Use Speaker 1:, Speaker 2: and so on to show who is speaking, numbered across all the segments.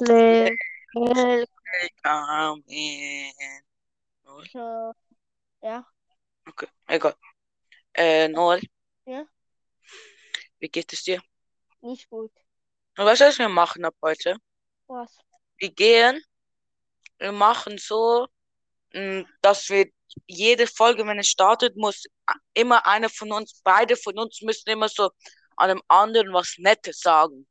Speaker 1: Welcome.
Speaker 2: Come in.
Speaker 1: So, ja.
Speaker 2: Oké, egal. Äh, Noel.
Speaker 1: Ja?
Speaker 2: Wie geht es dir?
Speaker 1: Nicht gut.
Speaker 2: Was heißt, wir machen ab heute?
Speaker 1: Was?
Speaker 2: Wir gehen, wir machen so, mh, dass wir jede Folge, wenn es startet, muss a- immer einer von uns, beide von uns müssen immer so einem anderen was Nettes sagen.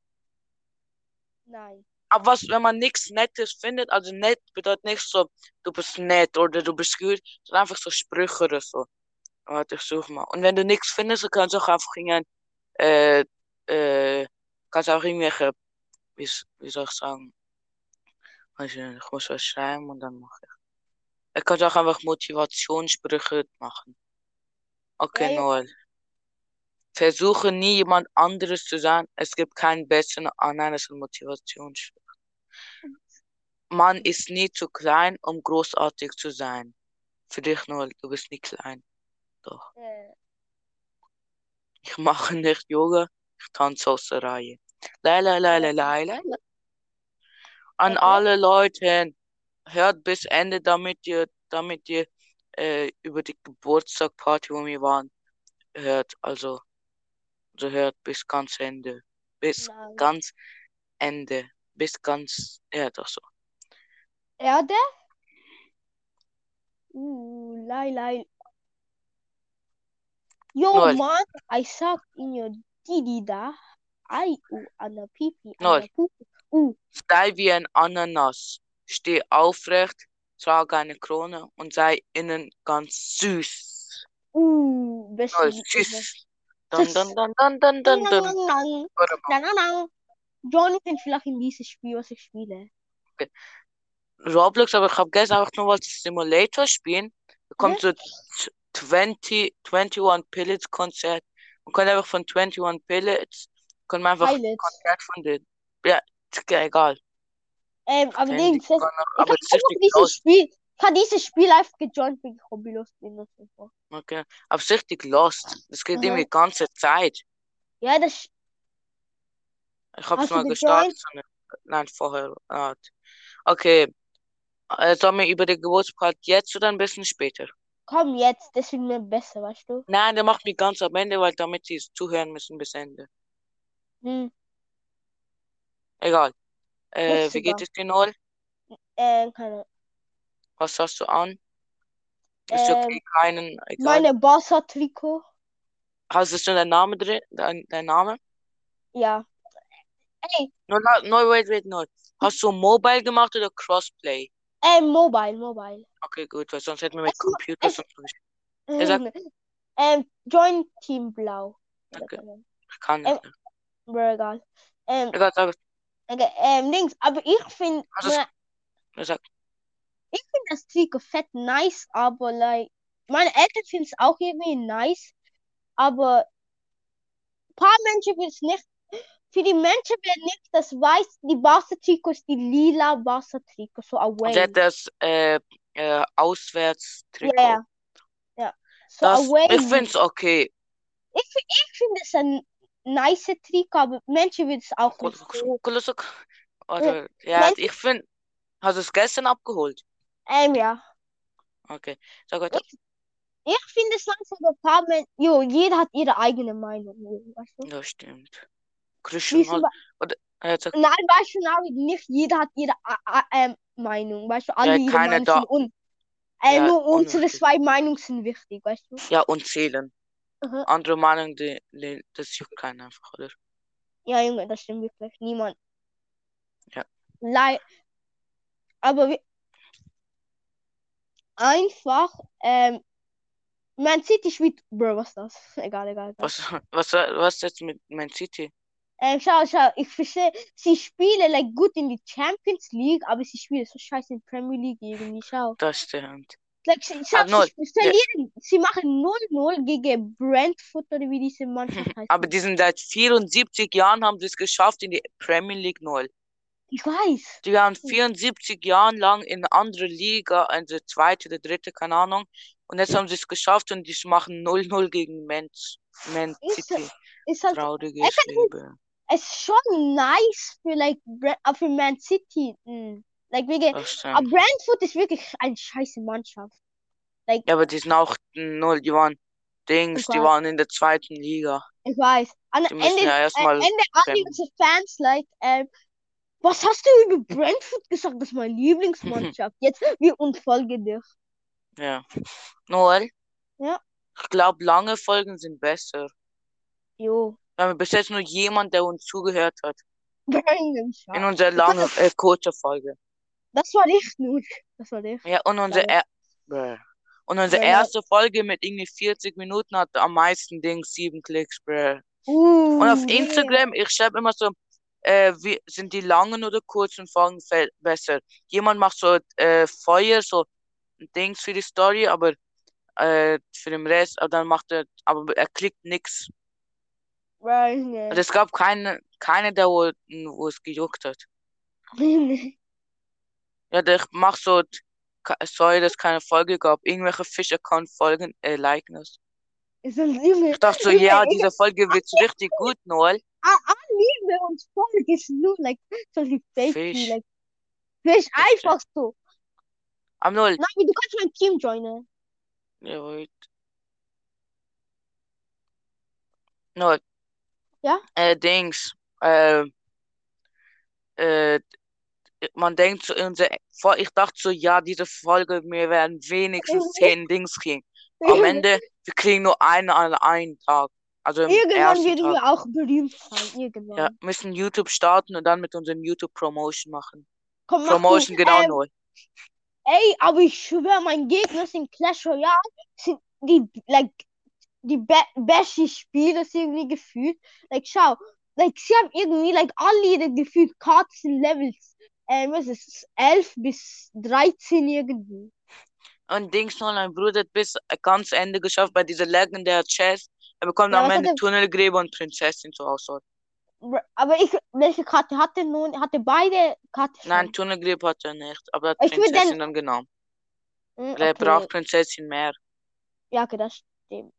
Speaker 1: Nein.
Speaker 2: Aber was, wenn man nichts Nettes findet, also nett bedeutet nicht so, du bist nett oder du bist gut, sondern einfach so Sprüche oder so. Warte, ich suche mal. Und wenn du nichts findest, dann kannst du auch einfach irgendein, äh, äh, kannst auch irgendwelche, wie, s- wie soll ich sagen, also ich muss was schreiben und dann mache ich. Ich kann auch einfach Motivationssprüche machen. Okay,
Speaker 1: Ja, ja.
Speaker 2: Noel. Versuche nie jemand anderes zu sein. Es gibt keinen besseren, ah nein, das ist ein Motivations.
Speaker 1: Mhm.
Speaker 2: Man ist nie zu klein, um großartig zu sein. Für dich, Noel, du bist nie klein. Doch.
Speaker 1: Äh,
Speaker 2: Ich mache nicht Yoga, ich tanze aus der Reihe. La la la la la la. la. An
Speaker 1: Okay.
Speaker 2: alle Leute, hört bis Ende, damit ihr, damit ihr äh, über die Geburtstagparty, wo wir waren, hört. Also, also hört bis ganz Ende. Bis
Speaker 1: nein.
Speaker 2: ganz Ende. Bis ganz, ja, doch so.
Speaker 1: Erde? Uh, lei, lei. Yo,
Speaker 2: Noel,
Speaker 1: man, I suck in your didi da. Ei, u, an der Pipi, an
Speaker 2: Noel.
Speaker 1: der Pupi. Uh,
Speaker 2: Sei wie ein Ananas. Steh aufrecht, trage eine Krone und sei innen ganz süß.
Speaker 1: uh,
Speaker 2: Noel,
Speaker 1: besten.
Speaker 2: süß.
Speaker 1: mhm.
Speaker 2: Dun,
Speaker 1: Süß.
Speaker 2: dun, dun, dun,
Speaker 1: Nang,
Speaker 2: dun,
Speaker 1: nang,
Speaker 2: dun, dun.
Speaker 1: nang, nang. Nang, nang, nang. Johnny kennt vielleicht in dieses Spiel, was ich spiele.
Speaker 2: Roblox, aber ich habe gestern einfach nur was Simulator spielen. Da
Speaker 1: Ja?
Speaker 2: kommt so 20, 21 Pilots Konzert. Man kann einfach von 21 Pilots, kann man einfach
Speaker 1: Pilots.
Speaker 2: Konzert von den, ja, ist ja egal.
Speaker 1: Ähm, aber
Speaker 2: Wenn die
Speaker 1: Dings, das,
Speaker 2: kann noch,
Speaker 1: ich
Speaker 2: aber
Speaker 1: kann
Speaker 2: es ist
Speaker 1: einfach
Speaker 2: richtig
Speaker 1: dieses
Speaker 2: los.
Speaker 1: Spiel, ich kann dieses Spiel live gejoint wegen Hobbylos benutzen.
Speaker 2: Okay. Aber es ist richtig lost. Das geht
Speaker 1: Aha.
Speaker 2: irgendwie die ganze Zeit.
Speaker 1: Ja, das
Speaker 2: Ich hab's
Speaker 1: hast du
Speaker 2: mal
Speaker 1: gejoint.
Speaker 2: gestartet, sondern nein, vorher. Ah, Okay, äh, sollen wir über den Geburtstag jetzt oder ein bisschen später?
Speaker 1: Komm jetzt, das wird mir besser, weißt du?
Speaker 2: Nein, der macht mir ganz am Ende, weil damit sie es zuhören müssen bis Ende.
Speaker 1: Hm,
Speaker 2: Egal. Äh,
Speaker 1: nicht
Speaker 2: wie geht
Speaker 1: sogar.
Speaker 2: es dir, Noel?
Speaker 1: Äh, keine.
Speaker 2: Was hast du an? Ist
Speaker 1: Ähm,
Speaker 2: okay, keinen, egal.
Speaker 1: meine Barca-Trikot.
Speaker 2: Hast du schon deinen Namen drin? Dein, dein Name?
Speaker 1: Ja. Ey,
Speaker 2: No, no, wait, wait, Noel. Hast du Mobile gemacht oder Crossplay?
Speaker 1: äh, Mobile, Mobile.
Speaker 2: Okay, gut, weil sonst hätten wir mit
Speaker 1: Es,
Speaker 2: Computers
Speaker 1: es,
Speaker 2: und so gespielt. Er sagt,
Speaker 1: ähm, join Team Blau. Oder
Speaker 2: okay,
Speaker 1: keine Ahnung.
Speaker 2: ich kann
Speaker 1: Ähm,
Speaker 2: nicht mehr.
Speaker 1: mir egal. Ähm,
Speaker 2: Egal, sag es.
Speaker 1: okay, ähm, Dings, aber ich finde,
Speaker 2: Also,
Speaker 1: meine
Speaker 2: er sagt,
Speaker 1: das Trikot fett nice, aber like, meine Eltern finden es auch irgendwie nice, aber ein paar Menschen finden es nicht. Für die Menschen werden nicht das weiß, die Barca-Trikot ist die lila Barca-Trikot, so
Speaker 2: und er
Speaker 1: away.
Speaker 2: hat Also, das, äh, äh,
Speaker 1: Ja,
Speaker 2: Auswärtstrikot.
Speaker 1: ja, ja. So
Speaker 2: Das,
Speaker 1: away.
Speaker 2: ich find's okay.
Speaker 1: Ich, fi- ich finde es ein nice Trikot, aber Menschen würden es auch nicht so. Äh,
Speaker 2: Warte, ja,
Speaker 1: Men
Speaker 2: ich find, hast du es gestern abgeholt?
Speaker 1: ähm, ja.
Speaker 2: Okay, sag weiter.
Speaker 1: Ich, ich finde es nice, aber ein paar Menschen, jo, jeder hat ihre eigene Meinung, jo, weißt du?
Speaker 2: Das stimmt.
Speaker 1: Wie
Speaker 2: Christian
Speaker 1: zum
Speaker 2: hat, oder, er sagt,
Speaker 1: Nein, weißt du, Navi, nicht jeder hat ihre A- A- ähm, Meinung. Weißt du, alle
Speaker 2: ja,
Speaker 1: ihre
Speaker 2: keiner
Speaker 1: Meinung
Speaker 2: da,
Speaker 1: sind un äh,
Speaker 2: ja,
Speaker 1: nur unsere
Speaker 2: unwichtig.
Speaker 1: zwei Meinungen sind wichtig, weißt du?
Speaker 2: Ja, und zählen.
Speaker 1: Aha.
Speaker 2: Andere Meinung, die, die, das juckt keinen einfach, oder?
Speaker 1: Mhm. Ja, Junge, das stimmt wirklich. Niemand.
Speaker 2: Ja.
Speaker 1: Lei aber wi- einfach, ähm, Man City spielt. Bro, was ist das? Egal, egal, egal.
Speaker 2: Was, was, was jetzt mit Man City?
Speaker 1: Ähm, schau, schau, ich verstehe. Sie spielen like, gut in die Champions League, aber sie spielen so scheiße in Premier League irgendwie. Schau.
Speaker 2: Das stimmt.
Speaker 1: Like, sie, schau,
Speaker 2: Aber
Speaker 1: sie
Speaker 2: null,
Speaker 1: sp-
Speaker 2: der,
Speaker 1: verlieren. Sie machen 0-0 gegen Brentford oder wie diese
Speaker 2: Ah,
Speaker 1: Mannschaft heißt.
Speaker 2: aber die sind seit 74 Jahren haben sie es geschafft in die Premier League null.
Speaker 1: Ich weiß.
Speaker 2: Die waren 74 Jahren lang in eine andere Liga, also zweite oder dritte, keine Ahnung. Und jetzt haben sie es geschafft und die machen 0-0 gegen Man, Man
Speaker 1: Ist,
Speaker 2: City.
Speaker 1: ist halt. Er
Speaker 2: Trauriges
Speaker 1: kann,
Speaker 2: Leben.
Speaker 1: es ist schon nice für like Bra- äh, für Man City. mm. Like wirklich,
Speaker 2: Das stimmt.
Speaker 1: aber Brentford ist wirklich eine scheiße Mannschaft.
Speaker 2: Ja, aber die sind auch null, die waren Dings, die
Speaker 1: weiß.
Speaker 2: waren in der zweiten Liga.
Speaker 1: Ich weiß. An
Speaker 2: Die
Speaker 1: der
Speaker 2: müssen
Speaker 1: Ende,
Speaker 2: ja
Speaker 1: äh,
Speaker 2: erstmal.
Speaker 1: Ende alle
Speaker 2: kämpfen.
Speaker 1: unsere Fans like ähm, was hast du über Brentford gesagt? Das ist meine Lieblingsmannschaft. Jetzt wir unfolgen dich.
Speaker 2: Ja. Noel?
Speaker 1: Ja?
Speaker 2: Ich glaube, lange Folgen sind besser.
Speaker 1: Jo.
Speaker 2: Wir haben bis jetzt nur jemand, der uns zugehört hat.
Speaker 1: Birmingham Shark.
Speaker 2: In unserer langen, äh, kurzen Folge.
Speaker 1: Das war ich nur. Das war ich.
Speaker 2: Ja, und unsere,
Speaker 1: Lange.
Speaker 2: er Bäh. und unsere
Speaker 1: Wenn man-
Speaker 2: erste Folge mit irgendwie 40 Minuten hat am meisten Dings sieben Klicks, bruh.
Speaker 1: Uh,
Speaker 2: Und auf
Speaker 1: yeah.
Speaker 2: Instagram, ich schreibe immer so, äh, wie, sind die langen oder kurzen Folgen fe- besser? Jemand macht so äh, Feuer, so Dings für die Story, aber äh, für den Rest, aber dann macht er, aber er klickt nix.
Speaker 1: Birmingham.
Speaker 2: Also es gab keine, keine da, wo, wo es gejuckt hat. Ja, ich mach so, t- ka- sorry, dass es keine Folge gab. Irgendwelche Fish-Account-Folgen, äh, liken das.
Speaker 1: Ist ein Junge.
Speaker 2: Ich dachte so,
Speaker 1: Junge,
Speaker 2: ja,
Speaker 1: ich-
Speaker 2: diese Folge wird richtig gut, Noel.
Speaker 1: I, I leave them on spoil this new like something fake
Speaker 2: Fish.
Speaker 1: like fish Nou, I
Speaker 2: Fish.
Speaker 1: fuck too.
Speaker 2: Am Noel.
Speaker 1: Now we do catch my team joiner.
Speaker 2: Ja, wait. Noel.
Speaker 1: Ja?
Speaker 2: Äh, Dings. Äh, äh, man denkt so, unser, vor- ich dachte so, ja, diese Folge, mir werden wenigstens zehn Dings kriegen. Am Ende, wir kriegen nur einen an einem Tag. Also im
Speaker 1: Irgendwann
Speaker 2: ersten
Speaker 1: werden
Speaker 2: Tag.
Speaker 1: wir auch berühmt sein. Irgendwann.
Speaker 2: Ja, müssen YouTube starten und dann mit unseren YouTube-Promotion machen.
Speaker 1: Komm, mach
Speaker 2: Promotion,
Speaker 1: du,
Speaker 2: genau,
Speaker 1: ähm,
Speaker 2: Noel.
Speaker 1: Ey, aber ich schwöre, mein Gegner sind Clash Royale, sind die, like, die be beste Spieler sind irgendwie gefühlt. Like, schau, like, sie haben irgendwie, like, alle ihre gefühlt Karten Levels. Ähm, was ist 11 bis 13 irgendwie.
Speaker 2: Und Dings Noel, mein Bruder hat bis ganz Ende geschafft bei dieser legendären Chess. Er bekommt
Speaker 1: Ja,
Speaker 2: am
Speaker 1: was hat
Speaker 2: Ende
Speaker 1: er-
Speaker 2: Tunnelgräber und Prinzessin zur Auswahl.
Speaker 1: Br- Aber ich, welche Karte hatte nun? Hatte beide Karten schon?
Speaker 2: Nein, Tunnelgräber hat er nicht, aber er
Speaker 1: Ich
Speaker 2: hat
Speaker 1: würd
Speaker 2: Prinzessin dann genommen.
Speaker 1: Hm,
Speaker 2: Weil Er
Speaker 1: okay.
Speaker 2: braucht Prinzessin mehr.
Speaker 1: Ja, okay, das stimmt.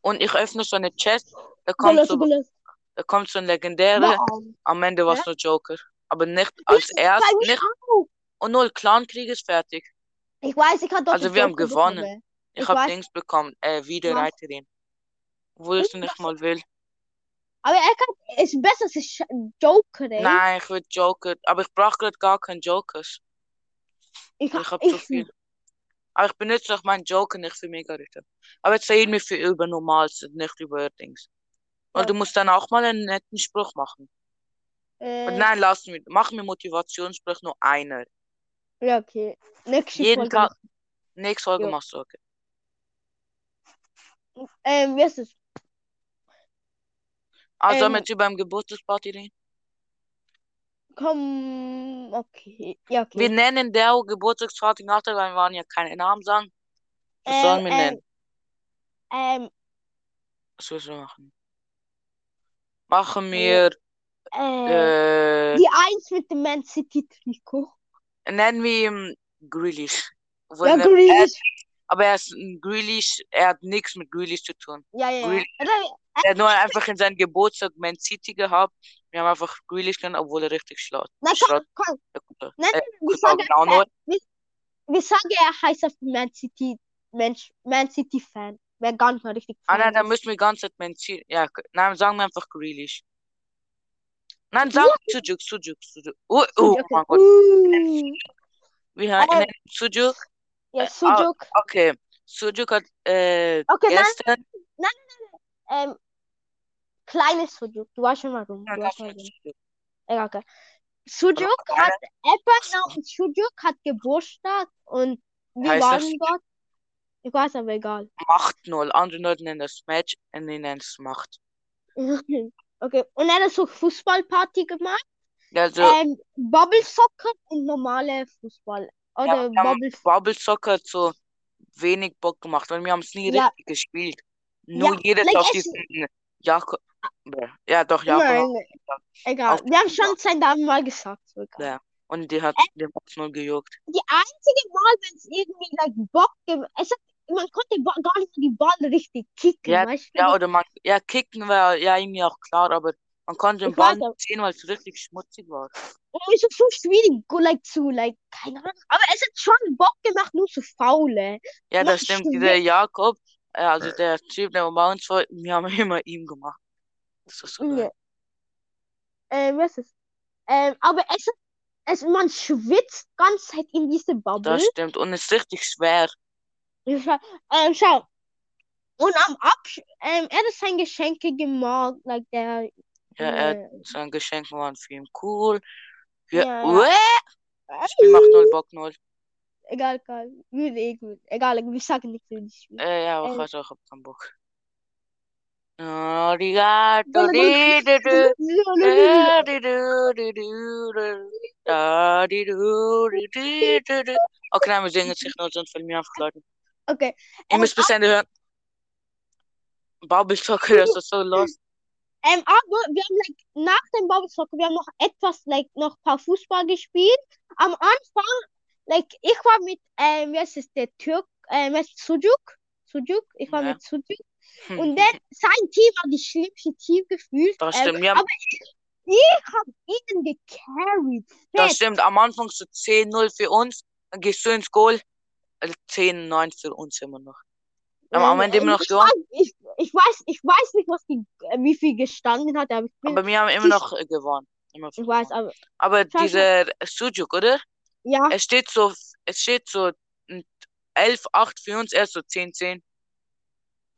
Speaker 2: Und ich öffne so eine Chest, da kommt
Speaker 1: Gelöst,
Speaker 2: so,
Speaker 1: gelöst.
Speaker 2: da kommt so ein legendärer.
Speaker 1: Bam.
Speaker 2: Am Ende war es
Speaker 1: Ja?
Speaker 2: nur Joker. Aber nicht als erst,
Speaker 1: Bei mir
Speaker 2: nicht.
Speaker 1: auch.
Speaker 2: Und Noel, Clankrieg ist fertig.
Speaker 1: Ich weiß, ich hatte doch
Speaker 2: Also
Speaker 1: den
Speaker 2: wir haben
Speaker 1: Joker
Speaker 2: gewonnen.
Speaker 1: bekommen.
Speaker 2: Ich,
Speaker 1: Ich
Speaker 2: hab
Speaker 1: weiß.
Speaker 2: Dings bekommen, äh, wieder
Speaker 1: Ich weiß.
Speaker 2: Reiterin. Obwohl ich sie
Speaker 1: Und
Speaker 2: nicht mal will.
Speaker 1: Aber er kann, ist besser als Sch- Joker, ey.
Speaker 2: Nein, ich will Joker. Aber ich brauche gerade gar keinen Jokers.
Speaker 1: ich,
Speaker 2: Ich hab zu viel. Aber ich benutze auch meinen Joker nicht für Mega-Ritter. Aber jetzt reden wir für über Normals, nicht über Dings. Weil
Speaker 1: Ja.
Speaker 2: du musst dann auch mal einen netten Spruch machen.
Speaker 1: Äh,
Speaker 2: Und nein, lassen wir. Machen wir Motivationsspruch nur einer.
Speaker 1: Ja, okay. Nächste
Speaker 2: Jeden
Speaker 1: Folge.
Speaker 2: Tag. Nächste Folge
Speaker 1: Jo.
Speaker 2: machst du, okay.
Speaker 1: Ähm, wie ist es?
Speaker 2: Also
Speaker 1: Ähm.
Speaker 2: sollen wir jetzt über eine Geburtstagsparty reden?
Speaker 1: Komm, okay. Ja, okay.
Speaker 2: Wir nennen der Geburtstagsparty nachher, weil wir waren ja keine Namen sagen. Was
Speaker 1: Ähm,
Speaker 2: sollen wir
Speaker 1: ähm,
Speaker 2: nennen?
Speaker 1: Ähm,
Speaker 2: Was müssen wir machen?
Speaker 1: Äh,
Speaker 2: Machen wir,
Speaker 1: äh,
Speaker 2: äh,
Speaker 1: die Eins mit dem Man City Trikot.
Speaker 2: nennen wir ihn Grealish. Obwohl
Speaker 1: Ja,
Speaker 2: er-
Speaker 1: Grealish.
Speaker 2: Aber er ist ein Grealish, er hat nichts mit Grealish zu tun.
Speaker 1: Ja, ja, ja.
Speaker 2: Grealish. Er hat nur einfach in seinem Geburtstag Man City gehabt. Wir haben einfach Grealish genannt, obwohl er richtig schlaut.
Speaker 1: Na komm,
Speaker 2: Schrott.
Speaker 1: komm.
Speaker 2: Äh,
Speaker 1: Nein, nein, wir
Speaker 2: Genau,
Speaker 1: sagen,
Speaker 2: genau, Noel.
Speaker 1: wir sagen, er heißt auf Man City Mensch, Man City Fan. Wer gar nicht mal richtig
Speaker 2: Ah,
Speaker 1: Fan
Speaker 2: nein, dann
Speaker 1: ist.
Speaker 2: müssen wir ganz mit Man City. Ja, k- nein, sagen wir einfach Grealish. Nein,
Speaker 1: Ja.
Speaker 2: sagen Sujuk, Sujuk, Sujuk. Oh, oh
Speaker 1: Sujuk,
Speaker 2: mein Gott.
Speaker 1: Uh,
Speaker 2: Wir haben
Speaker 1: Ähm.
Speaker 2: nennen Sujuk.
Speaker 1: ja,
Speaker 2: Äh,
Speaker 1: Sujuk.
Speaker 2: Okay. Sujuk hat äh,
Speaker 1: Okay, nein,
Speaker 2: gestern.
Speaker 1: ähm, kleines Sujuk. Du weißt schon warum.
Speaker 2: Nein,
Speaker 1: Du
Speaker 2: das
Speaker 1: weißt schon
Speaker 2: mit
Speaker 1: warum.
Speaker 2: Sujuk.
Speaker 1: Egal, okay. Sujuk hat, jemand namens Sujuk hat Geburtstag und wir
Speaker 2: Heißt das-
Speaker 1: waren dort. Ich weiß aber egal.
Speaker 2: Macht 0. Andere Leute nennen das Match und die nennen es Macht.
Speaker 1: Okay, und er hat so Fußballparty gemacht.
Speaker 2: Also,
Speaker 1: Ähm, Bubble Soccer und normale Fußball. Oder
Speaker 2: wir haben-
Speaker 1: Bubble
Speaker 2: Bubble Soccer hat so wenig Bock gemacht, weil wir haben es nie
Speaker 1: Ja.
Speaker 2: richtig gespielt. Nur
Speaker 1: Ja,
Speaker 2: jeder
Speaker 1: like
Speaker 2: auf
Speaker 1: es-
Speaker 2: diesen Jakob. Ja, doch, Jakob.
Speaker 1: Nein, egal.
Speaker 2: Auf-
Speaker 1: Wir haben schon seinen Namen mal gesagt. so egal.
Speaker 2: Ja. Und die hat die hat's nur gejuckt.
Speaker 1: Die einzige Mal, wenn es irgendwie like, Bock gibt, es hat, man konnte ba- gar nicht die Ball richtig kicken, weißt du?
Speaker 2: Ja, oder man, ja, kicken war ja irgendwie auch klar, aber Man konnte den
Speaker 1: Ich
Speaker 2: Baum
Speaker 1: warte.
Speaker 2: sehen, weil es wirklich schmutzig war.
Speaker 1: Oh, ist so schwierig, go like zu, like, keine Ahnung. Aber es hat schon Bock gemacht, nur zu faule.
Speaker 2: Ja,
Speaker 1: Mach
Speaker 2: das stimmt.
Speaker 1: schwer.
Speaker 2: Dieser Jakob, äh, also der Typ, der bei uns war, wir haben immer ihm gemacht. Das ist so geil.
Speaker 1: Ja. Ähm, was ist? Ähm, aber es, es, man schwitzt ganz Zeit in diese Bubble.
Speaker 2: Das stimmt. Und es ist richtig schwer.
Speaker 1: Ich scha- Ähm, schau. Und am Absch ähm, er hat sein Geschenke gemacht, like der.
Speaker 2: Ja, er
Speaker 1: äh,
Speaker 2: sein Geschenk waren für ihn cool. Ja,
Speaker 1: Ja. Äh?
Speaker 2: uäh, das Spiel macht null Bock, null.
Speaker 1: Egal, egal. Gut, eh gut. Egal, wir sagen nichts über das Spiel.
Speaker 2: Äh, ja, aber
Speaker 1: Ähm.
Speaker 2: ich weiß auch, ich hab keinen Bock. Arigato,
Speaker 1: Dolle, dolle,
Speaker 2: di, di, di.
Speaker 1: Äh,
Speaker 2: Da, di, du, di, du, di, di. Da, di, du, di, di, di, di. Okay, nein, wir singen jetzt nicht nur, sonst werden wir einfach Leute.
Speaker 1: Okay.
Speaker 2: Ihr müsst bis Ende hören. Baubelzocke, das ist so los.
Speaker 1: Ähm, aber wir haben like, nach dem Bobsoccer, wir haben noch etwas, like, noch ein paar Fußball gespielt. Am Anfang, like, ich war mit, ähm, wer ist es, der Türk, ähm, wer ist Sucuk? Sucuk? Ich war
Speaker 2: Ja. Mhm.
Speaker 1: mit Sucuk.
Speaker 2: Hm,
Speaker 1: Und dann, sein Team war die schlimmste Team gefühlt.
Speaker 2: Das
Speaker 1: ähm,
Speaker 2: stimmt, wir haben,
Speaker 1: aber ich hab ihn gecarried.
Speaker 2: das
Speaker 1: Fett.
Speaker 2: stimmt. Am Anfang so 10-0 für uns, dann gehst du ins Goal, also 10-9 für uns immer noch. Am, am
Speaker 1: Ähm,
Speaker 2: Ende immer noch
Speaker 1: ich,
Speaker 2: gewonnen,
Speaker 1: weiß, ich, ich weiß, ich weiß nicht, was die, äh, wie viel gestanden hat, aber ich bin,
Speaker 2: aber wir haben immer
Speaker 1: ich-
Speaker 2: noch äh, gewonnen. Immer
Speaker 1: ich weiß,
Speaker 2: gewonnen.
Speaker 1: aber,
Speaker 2: Aber
Speaker 1: schau,
Speaker 2: dieser Sujuk, oder?
Speaker 1: ja,
Speaker 2: Es steht so, es steht so mm, 11-8 für uns, er ist so 10-10.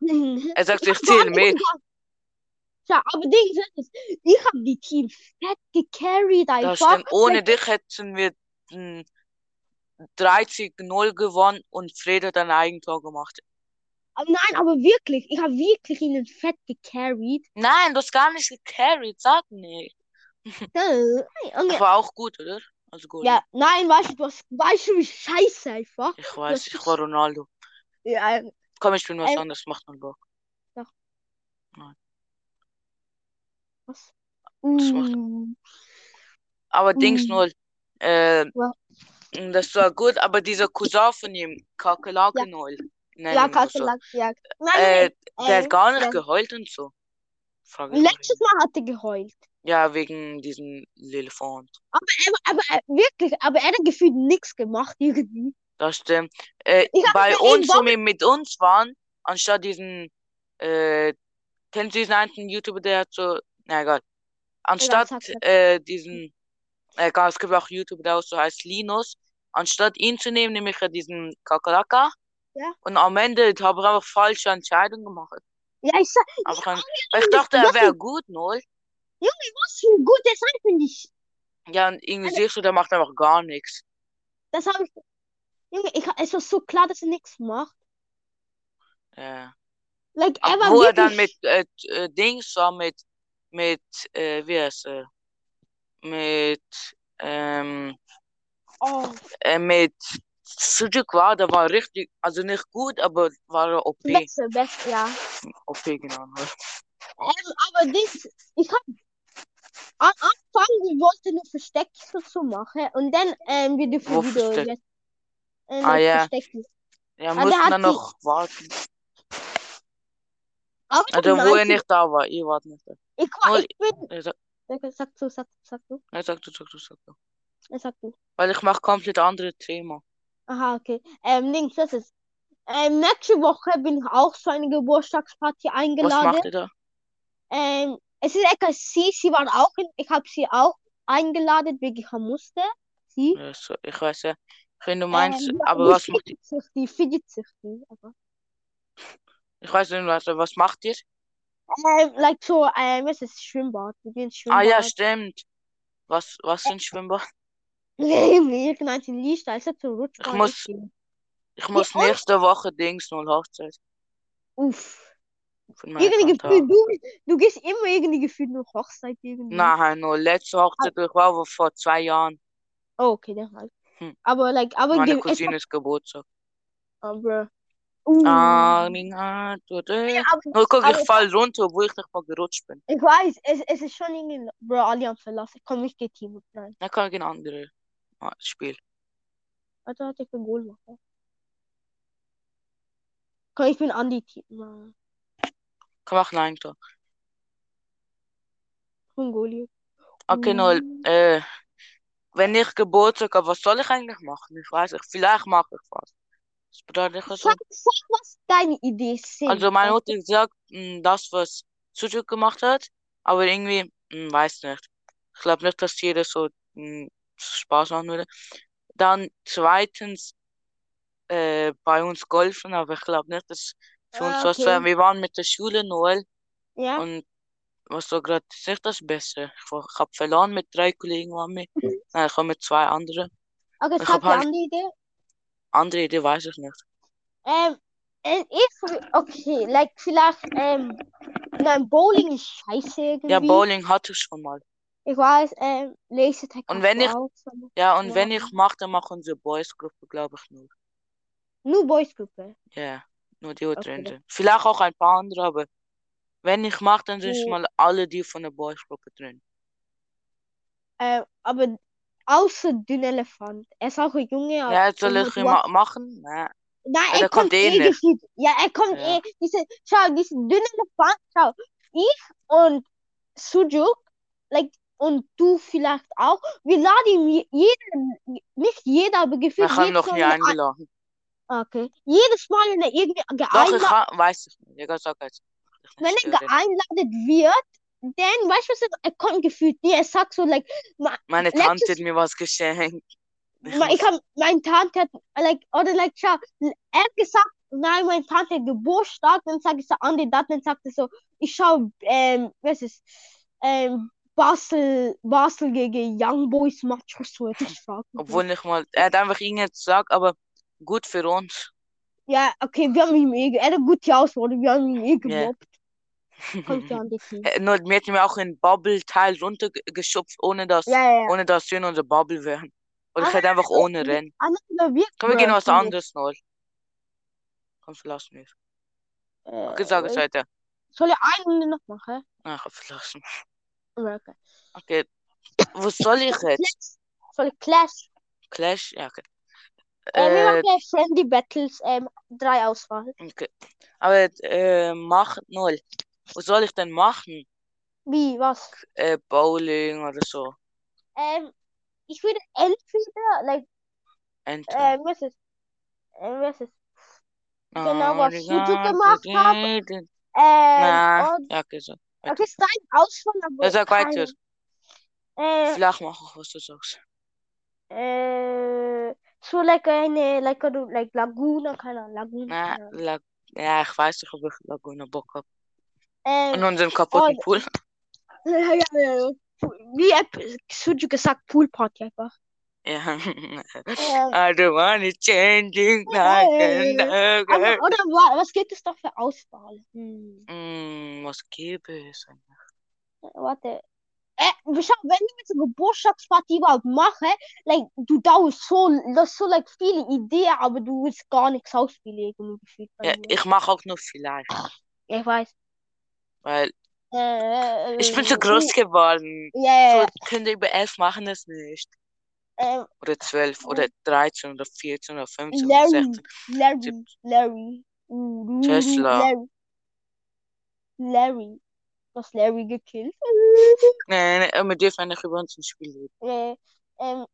Speaker 1: Mhm.
Speaker 2: Er sagt, ich zähle mit.
Speaker 1: Ja, aber Ding ist, es, ich habe die Team fett gecarried
Speaker 2: Das
Speaker 1: einfach.
Speaker 2: stimmt. Ohne dich hätten wir mm, 30-0 gewonnen und Fred hat ein Eigentor gemacht.
Speaker 1: Aber nein, aber wirklich, ich habe wirklich ihnen fett gecarried.
Speaker 2: Nein, du hast gar nicht gecarried, sag nicht. Hm.
Speaker 1: Äh,
Speaker 2: Das
Speaker 1: Junge.
Speaker 2: war auch gut, oder? Also gut.
Speaker 1: Ja, nein, weißt du, was, weißt du, wie scheiße einfach.
Speaker 2: Ich weiß,
Speaker 1: Das
Speaker 2: ich
Speaker 1: ist-
Speaker 2: war Ronaldo.
Speaker 1: Ja, ähm,
Speaker 2: Komm, ich bin was
Speaker 1: Ähm,
Speaker 2: anderes, macht nur Bock.
Speaker 1: was?
Speaker 2: Das macht-
Speaker 1: Mm,
Speaker 2: Aber Dings
Speaker 1: mm,
Speaker 2: null. Äh,
Speaker 1: Was?
Speaker 2: das war gut, aber dieser Cousin von ihm, Kakelake
Speaker 1: Ja.
Speaker 2: null.
Speaker 1: Ja,
Speaker 2: Nennen wir
Speaker 1: Kacke,
Speaker 2: so.
Speaker 1: Lack, ja. Nein, nein,
Speaker 2: also. Äh, der
Speaker 1: nein.
Speaker 2: hat gar nicht
Speaker 1: ja.
Speaker 2: geheult und so. Frage ich mich.
Speaker 1: Letztes Mal hat er geheult.
Speaker 2: Ja, wegen diesem Elefant.
Speaker 1: Aber äh, wirklich, aber er hat gefühlt nichts gemacht irgendwie.
Speaker 2: Das stimmt. Äh,
Speaker 1: Ich hab
Speaker 2: bei
Speaker 1: mit ihm
Speaker 2: uns, wo wir mit uns waren, anstatt diesen, äh, kennst du diesen einen YouTuber, der hat so, na egal. Anstatt,
Speaker 1: sag's nicht.
Speaker 2: äh, diesen, egal, es gibt auch YouTuber, der auch so heißt Linus. Anstatt ihn zu nehmen, nehme ich ja diesen Kakerlaka.
Speaker 1: Ja.
Speaker 2: Und am Ende habe ich einfach falsche Entscheidung gemacht.
Speaker 1: Ja, ich sag,
Speaker 2: Einfach ein, weil ich
Speaker 1: Junge,
Speaker 2: dachte, er
Speaker 1: das
Speaker 2: wäre gut, null.
Speaker 1: was für ein guter Sein finde ich.
Speaker 2: Ja, und irgendwie siehst du, der macht einfach gar nichts.
Speaker 1: Das habe ich. Junge, ich, es war so klar, dass er nichts macht.
Speaker 2: Ja.
Speaker 1: Like, er war
Speaker 2: Obwohl er dann mit
Speaker 1: wirklich.
Speaker 2: äh, t- äh, Dings war, mit, mit, äh, wie heißt er? Mit, ähm,
Speaker 1: Oh.
Speaker 2: äh, mit Sujuk war, der war richtig, also nicht gut, aber war er OP,
Speaker 1: Besser, besser, ja.
Speaker 2: OP genau. ne?
Speaker 1: Ähm, aber das, ich hab am Anfang, wir wollten nur Versteckis dazu machen und dann, ähm, wir dürfen
Speaker 2: Wo
Speaker 1: wieder
Speaker 2: Versteck?
Speaker 1: jetzt, äh,
Speaker 2: Ah,
Speaker 1: like,
Speaker 2: ja.
Speaker 1: Versteckis.
Speaker 2: Ja,
Speaker 1: Ah, der
Speaker 2: mussten
Speaker 1: hat
Speaker 2: dann
Speaker 1: die-
Speaker 2: noch warten.
Speaker 1: Aber
Speaker 2: Also, wo er
Speaker 1: nein,
Speaker 2: nicht Also da war, ihr wart nicht da.
Speaker 1: ich war, ich bin,
Speaker 2: Er sagt,
Speaker 1: Okay, sag du, sag, sag du,
Speaker 2: er sagt, er sagt, er sagt.
Speaker 1: er sag du.
Speaker 2: Weil ich mache komplett andere Thema.
Speaker 1: Aha, okay. Ähm, links, das ist. Ähm, nächste Woche bin ich auch zu einer Geburtstagsparty
Speaker 2: Was
Speaker 1: eingeladen.
Speaker 2: macht ihr da?
Speaker 1: Ähm, es ist egal, sie, sie waren auch, in, ich habe sie auch eingeladen, wegen ich musste. Sie.
Speaker 2: Ja, so, ich weiß ja, wenn du meinst,
Speaker 1: Ähm,
Speaker 2: aber
Speaker 1: die
Speaker 2: was macht ihr?
Speaker 1: Fidget-Süchti, Fidget-Süchti. aber-
Speaker 2: Ich weiß nicht, was, was macht ihr?
Speaker 1: Ähm, like so, ähm, es ist Schwimmbad. Wir gehen ins
Speaker 2: Ah, ja,
Speaker 1: Schwimmbad.
Speaker 2: stimmt. Was, was sind Schwimmbad?
Speaker 1: Irgendein Licht, da ist jetzt so
Speaker 2: Ich
Speaker 1: Rutschbahn.
Speaker 2: muss, ich muss
Speaker 1: und-
Speaker 2: nächste Woche Dings null Hochzeit
Speaker 1: Uff.
Speaker 2: von meiner
Speaker 1: Irgendwie
Speaker 2: Tante.
Speaker 1: Gefühl,
Speaker 2: haben.
Speaker 1: du, du gehst immer irgendwie Gefühl nur Hochzeit irgendwie.
Speaker 2: Nein, nur letzte Hochzeit, ich war wo vor zwei Jahren.
Speaker 1: Oh, okay, dann halt.
Speaker 2: Hm.
Speaker 1: Aber, like, aber,
Speaker 2: Meine
Speaker 1: ge- es war,
Speaker 2: Cousine ist Geburtstag.
Speaker 1: aber, uh,
Speaker 2: Ah, Ding, ah, du, du.
Speaker 1: aber,
Speaker 2: Nur guck, ich
Speaker 1: aber
Speaker 2: fall runter, wo ich nicht mal gerutscht bin.
Speaker 1: ich weiß, es, es ist schon irgendwie, bro, alle haben verlassen. Ich kann nicht die Team, nein.
Speaker 2: Da kann ich ein anderes ah, Spiel.
Speaker 1: Also hatte ich ein Goal machen. Komm, ich bin Andi Team. Nein.
Speaker 2: Kann machen ein Tor.
Speaker 1: Mongolië. Mm.
Speaker 2: Okay, Noel. Äh, wenn ich Geburtstag habe, was soll ich eigentlich machen? Ich weiß nicht. Vielleicht mache ich was. Das bedeutet ich so.
Speaker 1: Sag, sag, was deine Ideen sind.
Speaker 2: Also meine
Speaker 1: Also,
Speaker 2: Mutter sagt, mh, das, was Sucuk gemacht hat, aber irgendwie, mh, weiß nicht. Ich glaube nicht, dass jeder so mh, Spaß machen würde. Dann zweitens äh, bei uns golfen, aber ich glaube nicht, dass für uns
Speaker 1: ah,
Speaker 2: was
Speaker 1: okay.
Speaker 2: war. Wir waren mit der Schule, Noel,
Speaker 1: Ja.
Speaker 2: und was so gerade ist nicht das Beste. Ich, war- ich habe verloren mit drei Kollegen von mir.
Speaker 1: Mhm.
Speaker 2: Nein, ich habe mit zwei anderen.
Speaker 1: Okay,
Speaker 2: Ich
Speaker 1: sag
Speaker 2: habe
Speaker 1: die
Speaker 2: halt
Speaker 1: andere Idee.
Speaker 2: andere Idee, weiß ich nicht.
Speaker 1: Ähm, äh, ich, okay, like vielleicht, ähm, nein, Bowling ist scheiße
Speaker 2: Ja,
Speaker 1: irgendwie.
Speaker 2: Bowling hatte ich schon mal.
Speaker 1: Ich weiß, ähm, Lasertag
Speaker 2: Und
Speaker 1: kannst
Speaker 2: wenn
Speaker 1: du
Speaker 2: ich,
Speaker 1: auch. aber-
Speaker 2: ja, und
Speaker 1: Ja.
Speaker 2: wenn ich mache, dann mache unsere Boys-Gruppe, glaube ich, nur.
Speaker 1: Nur Boys-Gruppe.
Speaker 2: Ja, nur die, die
Speaker 1: Okay.
Speaker 2: drin sind. Vielleicht auch ein paar andere, aber wenn ich mache, dann sind
Speaker 1: Mhm.
Speaker 2: mal dus alle die von der Boys-Gruppe drin.
Speaker 1: Ähm, aber außer den Elefant. Er ist auch ein Junge, aber
Speaker 2: Ja, soll
Speaker 1: irgendwas
Speaker 2: ich ihn
Speaker 1: macht.
Speaker 2: ma machen? Nein,
Speaker 1: Nein,
Speaker 2: ja,
Speaker 1: er
Speaker 2: der kommt
Speaker 1: kommt
Speaker 2: eh
Speaker 1: eh
Speaker 2: nicht.
Speaker 1: gefühlt. Ja, er kommt eh.
Speaker 2: Ja,
Speaker 1: Diese, schau, diese dünne Elefant, schau. Ich und Sujuk, like, und du vielleicht auch. Wir laden je- jeden, nicht jeder, aber
Speaker 2: wir
Speaker 1: gefühlt
Speaker 2: haben
Speaker 1: jedes
Speaker 2: noch
Speaker 1: Mal,
Speaker 2: nie
Speaker 1: wenn er,
Speaker 2: eingeladen.
Speaker 1: ein- okay. Jedes Mal, wenn er irgendwie
Speaker 2: Doch, ich
Speaker 1: geeinladen,
Speaker 2: ha weiß ich nicht. Ich sag jetzt, ich
Speaker 1: wenn
Speaker 2: nicht
Speaker 1: er
Speaker 2: störe.
Speaker 1: geeinladen wird, dann, weißt du was, er kommt gefühlt nie. Er sagt so, like, ma,
Speaker 2: Meine Tante hat
Speaker 1: letztes
Speaker 2: mir was geschenkt. Ich
Speaker 1: Ma- Ich
Speaker 2: muss,
Speaker 1: hab, mein Tante hat, like, oder like, schau, er hat gesagt, nein, mein Tante hat Geburtstag, dann sag ich so, andere Daten, dann sagt er so, ich schau, ähm, was ist, ähm, Basel, Basel gegen Young Boys Match oder so etwas fragen.
Speaker 2: obwohl nicht mal, er hat einfach irgendetwas gesagt, aber gut für uns.
Speaker 1: Ja, okay, wir haben ihn eh, ge- er hat gute Auswahl, wir haben ihn eh
Speaker 2: Ja.
Speaker 1: gemobbt. Kommt ja an die Team.
Speaker 2: Äh, Nur, mir hat mir auch ein Bubble-Teil runtergeschubst, ohne
Speaker 1: Ja,
Speaker 2: dass,
Speaker 1: ja, Ah, ja.
Speaker 2: ohne dass wir in unserer Bubble wären. Oder ich
Speaker 1: Aber,
Speaker 2: hätte einfach ohne
Speaker 1: wir-
Speaker 2: rennen.
Speaker 1: aber Ah, wir wirken
Speaker 2: Komm, wir gehen
Speaker 1: mal
Speaker 2: was
Speaker 1: ziemlich,
Speaker 2: anderes, Noel. Komm, verlass mich. Okay,
Speaker 1: äh,
Speaker 2: sag es
Speaker 1: weil-
Speaker 2: weiter.
Speaker 1: soll ich eine Runde noch machen?
Speaker 2: Ach, verlass mich.
Speaker 1: Ja, Okay.
Speaker 2: Okay, was soll ich jetzt?
Speaker 1: Clash, soll ich Clash?
Speaker 2: Clash? Ja, okay.
Speaker 1: Äh, wir
Speaker 2: Äh,
Speaker 1: machen ja Friendly Battles, ähm, drei Auswahl.
Speaker 2: okay. Aber, äh, mach, Noel. Was soll ich denn machen?
Speaker 1: Wie, was?
Speaker 2: Äh, Bowling oder so.
Speaker 1: Ähm, ich würde entweder, like,
Speaker 2: Enten.
Speaker 1: äh, was ist, äh, was ist, genau,
Speaker 2: Oh,
Speaker 1: was
Speaker 2: die
Speaker 1: Sujuk
Speaker 2: ganze
Speaker 1: gemacht hat,
Speaker 2: Gegend.
Speaker 1: ähm,
Speaker 2: Na,
Speaker 1: und,
Speaker 2: ja, okay, so. Weiter.
Speaker 1: okay, es ist ein Auswahl,
Speaker 2: Ja,
Speaker 1: aber
Speaker 2: sag weiter.
Speaker 1: keine, äh,
Speaker 2: Vielleicht mach ich, was du sagst.
Speaker 1: äh, so, like, eine, like, eine, like, Laguna, keine Ahnung, Laguna,
Speaker 2: Na,
Speaker 1: keine Ahnung,
Speaker 2: la, ja, ich weiß nicht, ob ich Laguna Bock hab. Und
Speaker 1: ähm,
Speaker 2: unseren kaputten
Speaker 1: und,
Speaker 2: Pool.
Speaker 1: ja, ja, ja, wie hat Sujuk gesagt, Poolparty einfach.
Speaker 2: Ja.
Speaker 1: Ähm,
Speaker 2: I don't wanna changing night and
Speaker 1: Äh, aber,
Speaker 2: night.
Speaker 1: oder wa- was gibt es doch für Auswahl? Hm.
Speaker 2: Hm, was gäbe es?
Speaker 1: Warte. Äh, schau, wenn du mit so Geburtstagsparty überhaupt machst, äh, like, du dauerst so, das ist so like, viele Ideen, aber du willst gar nichts ausbilden, irgendwie gefühlt bei
Speaker 2: Ja,
Speaker 1: mir.
Speaker 2: ich mach auch nur vielleicht.
Speaker 1: Ich weiß.
Speaker 2: Weil
Speaker 1: Äh,
Speaker 2: ich bin zu
Speaker 1: äh,
Speaker 2: groß geworden.
Speaker 1: ja, ja,
Speaker 2: So
Speaker 1: ja.
Speaker 2: Kinder über elf machen es nicht.
Speaker 1: Ähm,
Speaker 2: Oder zwölf oder dreizehn oder vierzehn oder fünfzehn oder
Speaker 1: Larry,
Speaker 2: sechzehn,
Speaker 1: Larry,
Speaker 2: siebzehn.
Speaker 1: Larry. Uh, du, du,
Speaker 2: Tesla.
Speaker 1: Larry, Larry. Du hast Larry gekillt.
Speaker 2: Nee, nee, wir dürfen nicht über uns ein Spiel reden.
Speaker 1: Äh, ähm,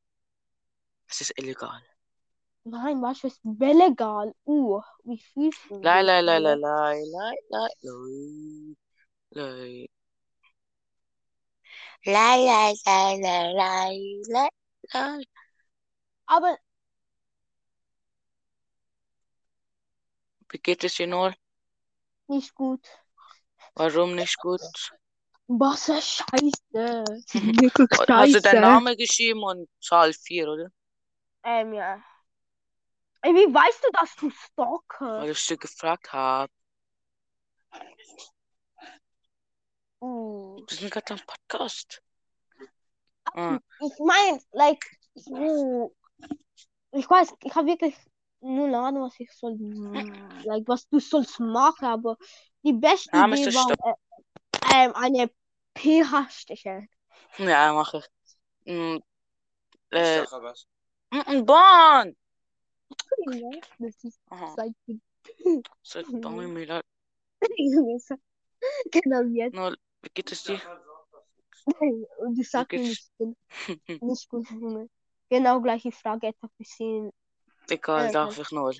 Speaker 2: Es ist illegal.
Speaker 1: Nein, was ist illegal? Uh, wie fühlst du
Speaker 2: Lei,
Speaker 1: dich,
Speaker 2: lei, lei,
Speaker 1: Mann?
Speaker 2: lei, lei, lei, lei, lei, lei. Lei, lei, lei, lei, lei, lei, lei.
Speaker 1: Aber
Speaker 2: Wie geht es dir nur?
Speaker 1: nicht gut.
Speaker 2: Warum nicht gut?
Speaker 1: Was für Scheiße. Wirklich
Speaker 2: Hast du deinen
Speaker 1: Scheiße.
Speaker 2: Namen geschrieben und Zahl 4, oder?
Speaker 1: Ähm, ja. Ey, wie weißt du, dass du
Speaker 2: Weil ich
Speaker 1: stalkerst?
Speaker 2: dich gefragt habe.
Speaker 1: Uh.
Speaker 2: Wir sind gerade am Podcast. Ah,
Speaker 1: Ich meine, like, uh, ich weiß, ich habe wirklich null Ahnung, was ich soll, like, was du sollst machen, aber die beste
Speaker 2: Name ist
Speaker 1: Idee
Speaker 2: der
Speaker 1: war,
Speaker 2: Stopp.
Speaker 1: äh, ähm, eine PH-Stiche.
Speaker 2: Hm. Ja, mach ich. Mm, äh,
Speaker 3: Ich sag was.
Speaker 2: mm, mm, Bahn!
Speaker 1: Ja, das ist
Speaker 2: Aha,
Speaker 1: seit
Speaker 2: so,
Speaker 1: Mhm.
Speaker 2: Bahn, mir leid.
Speaker 1: Genau jetzt.
Speaker 2: Nur, wie geht es dir?
Speaker 1: Und ich sag mir
Speaker 2: Wirklich.
Speaker 1: nicht, gut- nicht gut, Junge. Genau gleiche Frage hätte ich gesehen.
Speaker 2: Egal,
Speaker 1: Ja,
Speaker 2: darf ich noch.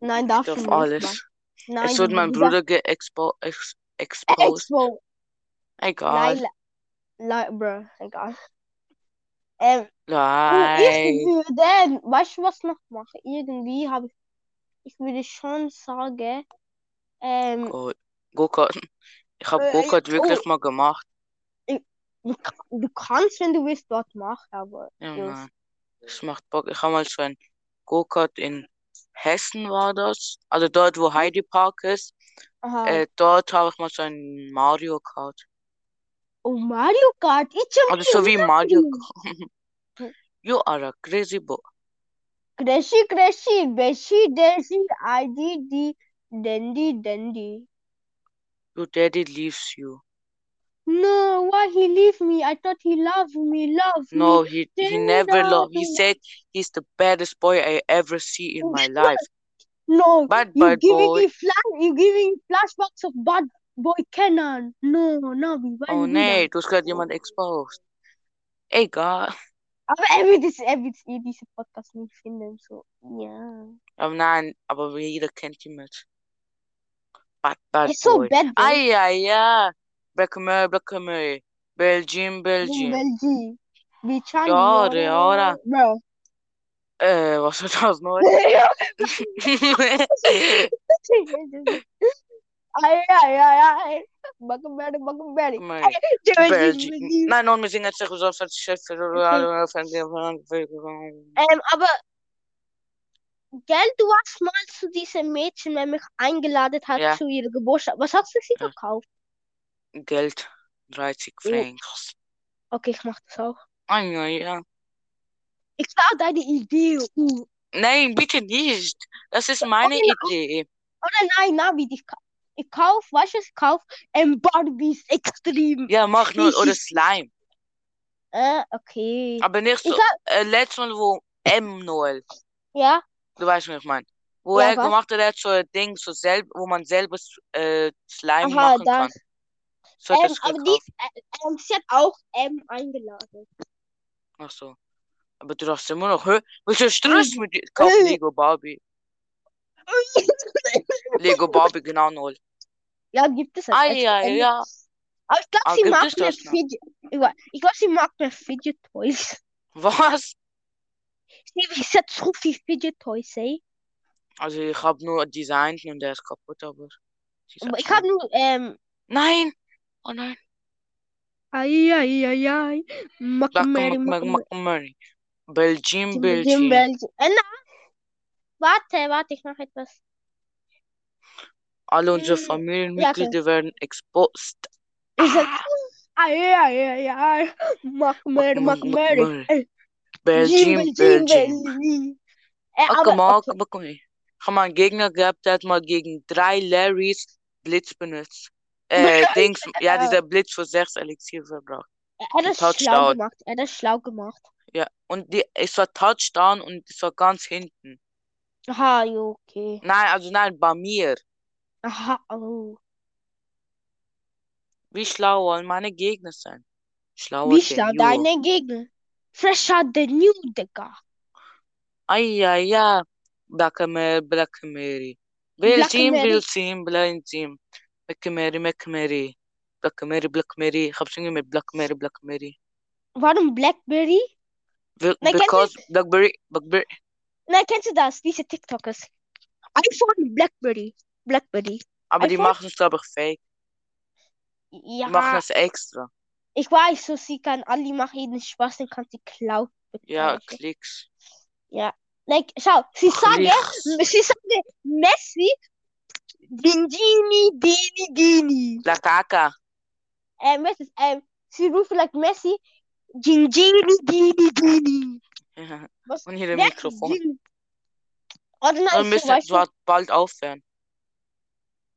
Speaker 1: Nein,
Speaker 2: Ich
Speaker 1: darfst du
Speaker 2: darf
Speaker 1: nicht. Mann.
Speaker 2: alles.
Speaker 1: Nein,
Speaker 2: Es wird
Speaker 1: du
Speaker 2: mein
Speaker 1: lieber-
Speaker 2: Bruder geexpo- ex exposed.
Speaker 1: Expo.
Speaker 2: Egal.
Speaker 1: Nein, la- la- bruh, egal. Ähm, und ich
Speaker 2: Nein.
Speaker 1: würde, weißt du, was noch mache? Irgendwie habe ich, ich würde schon sagen, ähm,
Speaker 2: Go- Go-Kart. Ich habe
Speaker 1: Äh,
Speaker 2: Go-Kart wirklich
Speaker 1: oh.
Speaker 2: mal gemacht.
Speaker 1: du, ka- du kannst, wenn du willst, dort machen, aber
Speaker 2: Ja,
Speaker 1: Jungs,
Speaker 2: Mann. Das macht Bock. Ich habe mal so ein Go-Kart in Hessen war das. Also dort,
Speaker 1: Mhm.
Speaker 2: wo Heidi Park ist.
Speaker 1: aha.
Speaker 2: Äh, dort habe ich mal so ein Mario Kart.
Speaker 1: Oh, Mario Kart, ich habe
Speaker 2: Also so wie Mario
Speaker 1: Mario.
Speaker 2: Kart. You are a crazy boy.
Speaker 1: Crashy, crashy, bashy, dashy, IDD, dandy, dandy.
Speaker 2: Your daddy leaves you.
Speaker 1: No, why he leave me? I thought he loved me, loved
Speaker 2: No,
Speaker 1: me.
Speaker 2: he he
Speaker 1: Then
Speaker 2: never
Speaker 1: I
Speaker 2: loved. He
Speaker 1: will-
Speaker 2: said he's the baddest boy I ever see in my life.
Speaker 1: No,
Speaker 2: Bad
Speaker 1: you
Speaker 2: bad
Speaker 1: giving
Speaker 2: boy.
Speaker 1: me flash, you giving flashbacks of bad boy Kenan. No, no, we won't
Speaker 2: Oh
Speaker 1: do
Speaker 2: nee,
Speaker 1: that.
Speaker 2: du hast gerade jemand exposed. Egal.
Speaker 1: Aber er wird es, er wird eh diesen Podcast nicht finden, so, ja.
Speaker 2: Aber nein, aber jeder kennt ihn mit. Bad bad
Speaker 1: It's so
Speaker 2: boy.
Speaker 1: bad,
Speaker 2: Ah
Speaker 1: boy.
Speaker 2: ja ja. Blackmail Blackmail. Belgium
Speaker 1: Jung
Speaker 2: Belgium.
Speaker 1: Belgi. Wie
Speaker 2: Ja, ja, oder?
Speaker 1: Bro.
Speaker 2: Äh, was war das neu?
Speaker 1: Ay, ay, ay, ay. Bakbari, bakbari.
Speaker 2: Mate.
Speaker 1: Belgi,
Speaker 2: België.
Speaker 1: Belgi.
Speaker 2: Nein, non, wir singen jetzt nicht so, als Chef.
Speaker 1: Ähm, aber, gell, du warst mal zu diesem Mädchen, der mich eingeladen hat
Speaker 2: Ja.
Speaker 1: zu ihrer Geburtstag. Was hast du sie
Speaker 2: Ja.
Speaker 1: gekauft?
Speaker 2: Geld. 30
Speaker 1: Jo.
Speaker 2: Francs.
Speaker 1: Okay, ich mach das auch.
Speaker 2: Ah, ja, ja.
Speaker 1: Ich klau deine Idee. Uh.
Speaker 2: Nein, bitte nicht. Das ist meine
Speaker 1: Okay,
Speaker 2: Idee.
Speaker 1: Oder nein, na, wie ich kauf. Ich kauf, weißt du, was ich kauf? Ähm, Barbies extrem.
Speaker 2: Ja, mach nur
Speaker 1: Ich-
Speaker 2: oder Slime.
Speaker 1: Äh, okay.
Speaker 2: Aber nicht so.
Speaker 1: Ich hab,
Speaker 2: Äh, letztes Mal, wo M. Noel,
Speaker 1: ja,
Speaker 2: du weißt, was ich meine. Wo
Speaker 1: Ja,
Speaker 2: er
Speaker 1: was?
Speaker 2: gemacht hat, er hat so ein Ding, so selb, wo man selber äh, Slime
Speaker 1: aha,
Speaker 2: machen
Speaker 1: das.
Speaker 2: kann. So hat
Speaker 1: Ähm,
Speaker 2: das
Speaker 1: aber die,
Speaker 2: gekauft.
Speaker 1: äh, ähm, sie hat auch M eingeladen.
Speaker 2: Ach so. Aber du darfst immer noch, hä? Willst du Stress mit dir? Kauf
Speaker 1: Äh.
Speaker 2: Lego Barbie. Lego Barbie, genau null.
Speaker 1: Ja, gibt es als
Speaker 2: Ah,
Speaker 1: extra
Speaker 2: ja,
Speaker 1: M.
Speaker 2: ja.
Speaker 1: Aber ich glaube,
Speaker 2: Ah,
Speaker 1: sie
Speaker 2: gibt
Speaker 1: mag
Speaker 2: es
Speaker 1: mehr
Speaker 2: das noch?
Speaker 1: Fidget. Ich wa- ich glaube, sie mag mehr Fidget Toys.
Speaker 2: Was?
Speaker 1: Sie, sie hat so viel Fidget Toys, eh? ey.
Speaker 2: Also, ich habe nur designt und der ist kaputt, aber. sie ist
Speaker 1: Aber ich
Speaker 2: halt
Speaker 1: habe nur, ähm,
Speaker 2: so- Nein! Oh nein!
Speaker 1: ai, ai, ai, ai.
Speaker 2: Black
Speaker 1: McMurray,
Speaker 2: Mac Mac
Speaker 1: McMurray.
Speaker 2: Mac Mary. Belgium,
Speaker 1: Belgium,
Speaker 2: Belgium.
Speaker 1: Belgium. Äh, na, warte, warte, ich mache etwas.
Speaker 2: Alle unsere
Speaker 1: Hm, ja,
Speaker 2: Familienmitglieder werden exposed.
Speaker 1: Ich sag, ai, ai, ai, ai. McMurray,
Speaker 2: Mac- Mac-
Speaker 1: McMurray.
Speaker 2: McMurray.
Speaker 1: Äh,
Speaker 2: Belgium,
Speaker 1: Jim, Jim,
Speaker 2: Belgium.
Speaker 1: Jim. Äh,
Speaker 2: Ach,
Speaker 1: aber,
Speaker 2: mal,
Speaker 1: okay.
Speaker 2: guck mal. Ich habe mal einen Gegner gehabt, der hat mal gegen drei Larrys Blitz benutzt. Äh, Dings, ja, dieser Blitz für sechs Elixier verbraucht.
Speaker 1: Er hat
Speaker 2: Ein
Speaker 1: das schlau
Speaker 2: Touchdown.
Speaker 1: gemacht. Er hat das schlau gemacht.
Speaker 2: Ja, und die, es war Touchdown und es war ganz hinten.
Speaker 1: Aha, jo, okay.
Speaker 2: Nein, also nein, bei mir.
Speaker 1: Aha, oh.
Speaker 2: Wie schlau wollen meine Gegner sein? Schlauer
Speaker 1: Wie
Speaker 2: denn
Speaker 1: schlau
Speaker 2: you.
Speaker 1: deine Gegner. Fresher than you, Digga.
Speaker 2: Ai, ai, ai. Black Mary, Black Mary.
Speaker 1: Black
Speaker 2: Wilson,
Speaker 1: Mary.
Speaker 2: Wilson, Blindsinn. Black Mary, Black Mary. Black Mary, Black Mary. Ich hab's irgendwie mit Black Mary, Black Mary.
Speaker 1: Warum Blackberry?
Speaker 2: Be-
Speaker 1: Na, kennst du-
Speaker 2: Because Blackberry, Blackberry.
Speaker 1: Na, kennst du das? Diese TikTokers. iPhone, Blackberry. Blackberry.
Speaker 2: Aber Ah, die
Speaker 1: iPhone?
Speaker 2: machen es, glaube ich, fake. Die machen
Speaker 1: Ja,
Speaker 2: das extra.
Speaker 1: ich weiß, so sie kann Ali machen jeden Spaß und kann sie klaut.
Speaker 2: Ja, Klicks.
Speaker 1: Like, schau, sie sagen,
Speaker 2: Klicks.
Speaker 1: sie sagen, Messi, Dingini, Dini, Dini.
Speaker 2: La Kaka.
Speaker 1: Ähm, was ist, ähm, sie rufen like Messi, Gingini, Dini, Dini. Was?
Speaker 2: Und hier Oh, im
Speaker 1: Wer-
Speaker 2: Mikrofon.
Speaker 1: Gin- Oh, Oder nein,
Speaker 2: Dann
Speaker 1: ist so,
Speaker 2: müssen
Speaker 1: weißt du?
Speaker 2: wir bald aufhören.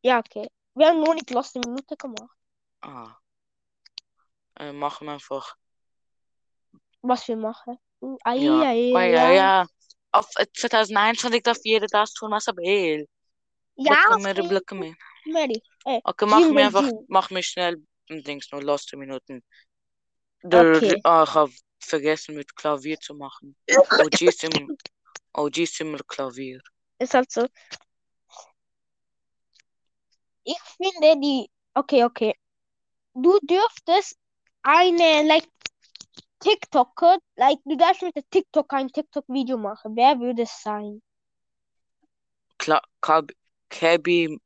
Speaker 1: Ja, okay. Wir haben nur nicht lost eine Minute gemacht.
Speaker 2: Ah. Äh, machen wir einfach.
Speaker 1: Was wir machen. Hm, Ei,
Speaker 2: Ja.
Speaker 1: ei,
Speaker 2: Oh,
Speaker 1: ei,
Speaker 2: ja,
Speaker 1: ei.
Speaker 2: ja. Auf äh, 2021 darf jeder das tun, was er will.
Speaker 1: Ja,
Speaker 2: Blöcke
Speaker 1: auf
Speaker 2: mir,
Speaker 1: jeden
Speaker 2: blöcke mir.
Speaker 1: Fall, Mary. Äh,
Speaker 2: Okay, mach
Speaker 1: Jim
Speaker 2: mir
Speaker 1: bei
Speaker 2: einfach,
Speaker 1: Jim.
Speaker 2: mach mir schnell ein Dings, nur letzte Minuten. Der,
Speaker 1: Okay.
Speaker 2: Ah, ich habe vergessen, mit Klavier zu machen. OG ist im, OG ist immer Klavier.
Speaker 1: Ist halt so. Ich finde die. Okay, okay. Du dürftest eine, like, TikToker, like, du darfst mit der TikTok ein TikTok-Video machen. Wer würde es sein?
Speaker 2: Kla Kab Kabi,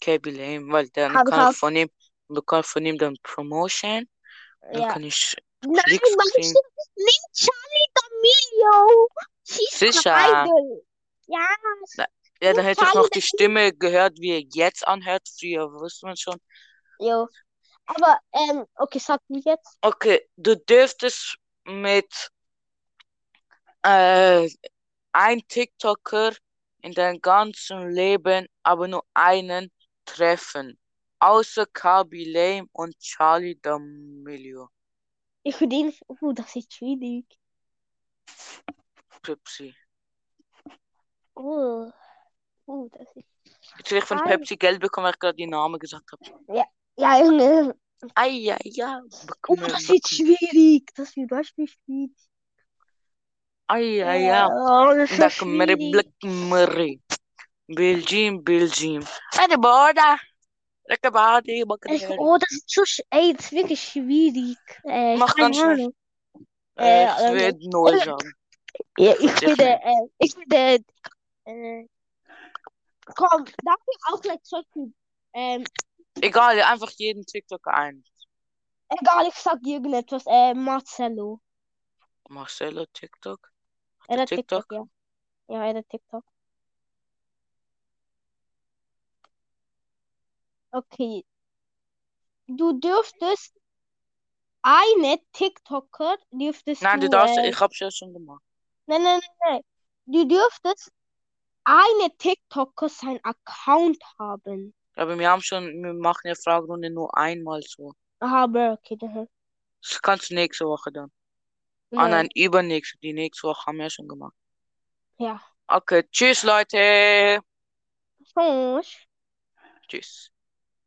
Speaker 2: Kabi Lame, weil dann
Speaker 1: Kabi
Speaker 2: kann
Speaker 1: Kabi.
Speaker 2: ich von ihm, bekomme von ihm dann Promotion. Dann
Speaker 1: Ja.
Speaker 2: kann ich
Speaker 1: Nein,
Speaker 2: Klicks
Speaker 1: man
Speaker 2: kriegen.
Speaker 1: stimmt nicht Charlie D'Amelio. She's an
Speaker 2: Sicher.
Speaker 1: Idol. Ja,
Speaker 2: Ja, dann hätte ich
Speaker 1: Charlie
Speaker 2: noch die Stimme gehört, wie er jetzt anhört. Früher wusste man schon.
Speaker 1: jo. Aber, ähm, okay, sag mir jetzt.
Speaker 2: Okay, du dürftest mit äh, einem TikToker in deinem ganzen Leben aber nur einen treffen. Außer Kaby Lame und Charlie D'Amelio.
Speaker 1: Ich würde ihn. Uh, das ist schwierig.
Speaker 2: Pepsi.
Speaker 1: Oh. Uh, das ist.
Speaker 2: Jetzt will ich von
Speaker 1: Ei.
Speaker 2: Pepsi Geld bekommen, weil ich gerade die Namen gesagt habe.
Speaker 1: Ja, Junge.
Speaker 2: Ei, ei, ja.
Speaker 1: Oh, das wird schwierig. Das wird richtig schwierig.
Speaker 2: Ei, ei, ja.
Speaker 1: Oh, das ist so
Speaker 2: Blackberry,
Speaker 1: schwierig.
Speaker 2: Blackberry. Belgium, Belgium. Eine Borda. Lecker Body,
Speaker 1: Ich,
Speaker 2: Blackberry.
Speaker 1: oh, das ist so. sch- Ey, das ist wirklich schwierig. Äh, ich
Speaker 2: Mach
Speaker 1: keine
Speaker 2: ganz schnell.
Speaker 1: Ahnung.
Speaker 2: Äh,
Speaker 1: Äh,
Speaker 2: ich
Speaker 1: äh,
Speaker 2: werde neu sagen.
Speaker 1: Ja, ich
Speaker 2: Sehr
Speaker 1: würde, äh, ich würde, äh, komm, darf ich auch gleich zocken? Ähm,
Speaker 2: Egal, einfach jeden TikTok ein.
Speaker 1: egal, ich sag irgendetwas, äh, Marcello.
Speaker 2: Marcelo TikTok.
Speaker 1: Er hat
Speaker 2: TikTok?
Speaker 1: TikTok, ja. Ja, er hat TikTok. Okay. Du dürftest eine TikToker, dürftest
Speaker 2: Nein, du
Speaker 1: du,
Speaker 2: darfst,
Speaker 1: äh,
Speaker 2: ich hab's ja schon gemacht.
Speaker 1: nein, nein, nein, nein. Du dürftest eine TikToker sein Account haben.
Speaker 2: Aber wir haben schon, wir machen eine Fragerunde nur einmal Dus so.
Speaker 1: Aber, okay, dann.
Speaker 2: Das kannst du nächste Woche dann. Ah nein, übernächste, die nächste Woche haben wir schon gemacht.
Speaker 1: Ja.
Speaker 2: Okay, tschüss Leute.
Speaker 1: Sonst,
Speaker 2: Tschüss.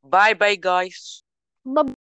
Speaker 2: Bye bye guys.
Speaker 1: bye.